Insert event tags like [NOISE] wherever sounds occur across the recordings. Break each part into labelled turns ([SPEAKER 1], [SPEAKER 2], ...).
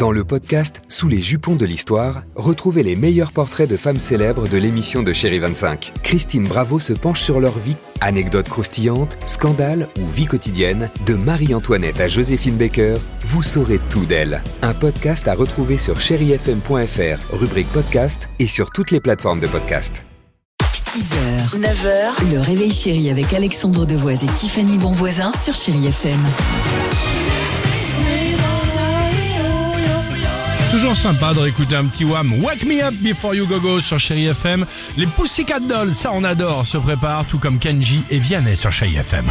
[SPEAKER 1] Dans le podcast Sous les jupons de l'histoire, retrouvez les meilleurs portraits de femmes célèbres de l'émission de Chéri 25. Christine Bravo se penche sur leur vie, anecdotes croustillantes, scandales ou vie quotidienne, de Marie-Antoinette à Joséphine Baker, vous saurez tout d'elle. Un podcast à retrouver sur chérifm.fr, rubrique podcast et sur toutes les plateformes de podcast.
[SPEAKER 2] 6h, 9h, le réveil chéri avec Alexandre Devoise et Tiffany Bonvoisin sur Chéri FM.
[SPEAKER 3] Toujours sympa de réécouter un petit wham. Wake me up before you go go sur Chéri FM. Les Pussycat Dolls, ça on adore, se prépare, tout comme Kenji et Vianney sur Chéri FM.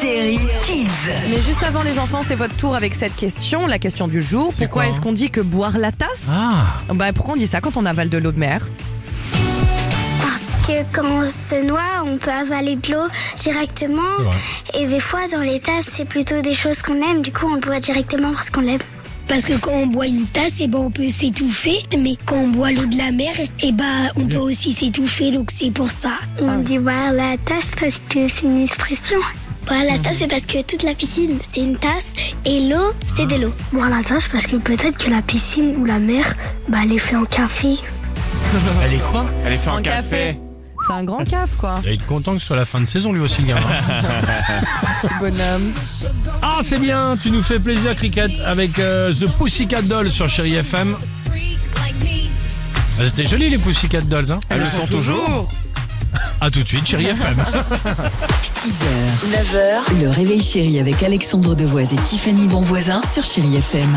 [SPEAKER 2] Chéri Kids.
[SPEAKER 4] Mais juste avant les enfants, c'est votre tour avec cette question, la question du jour. Pourquoi
[SPEAKER 3] quoi,
[SPEAKER 4] est-ce qu'on dit que boire la tasse
[SPEAKER 3] Ah,
[SPEAKER 4] Bah, Pourquoi on dit ça quand on avale de l'eau de mer
[SPEAKER 5] Parce que quand on se noie, on peut avaler de l'eau directement.
[SPEAKER 3] c'est vrai.
[SPEAKER 5] Et des fois, dans les tasses, c'est plutôt des choses qu'on aime. Du coup, on le boit directement parce qu'on l'aime.
[SPEAKER 6] Parce que quand on boit une tasse, et ben on peut s'étouffer. Mais quand on boit l'eau de la mer, et ben on peut aussi s'étouffer. Donc c'est pour ça.
[SPEAKER 5] On dit boire la tasse parce que c'est une expression. Boire la tasse, c'est parce que toute la piscine, c'est une tasse. Et l'eau, c'est de l'eau. Boire la tasse parce que peut-être que la piscine ou la mer, bah, elle est faite en café.
[SPEAKER 3] Elle est quoi
[SPEAKER 7] Elle est faite en,
[SPEAKER 4] Un
[SPEAKER 7] café.
[SPEAKER 4] C'est un grand caf, quoi.
[SPEAKER 3] Il va être content que ce soit la fin de saison lui aussi, le gamin.
[SPEAKER 4] Petit bonhomme.
[SPEAKER 3] [LAUGHS] Ah, c'est bien, tu nous fais plaisir, Cricket, avec euh, The Pussycat Dolls sur Chéri FM. Ah, C'était joli, les Pussycat Dolls. Hein
[SPEAKER 7] Elles le sont toujours.
[SPEAKER 3] à tout de suite, Chéri FM.
[SPEAKER 2] 6h, 9h, le réveil chéri avec Alexandre Devoise et Tiffany Bonvoisin sur Chéri FM.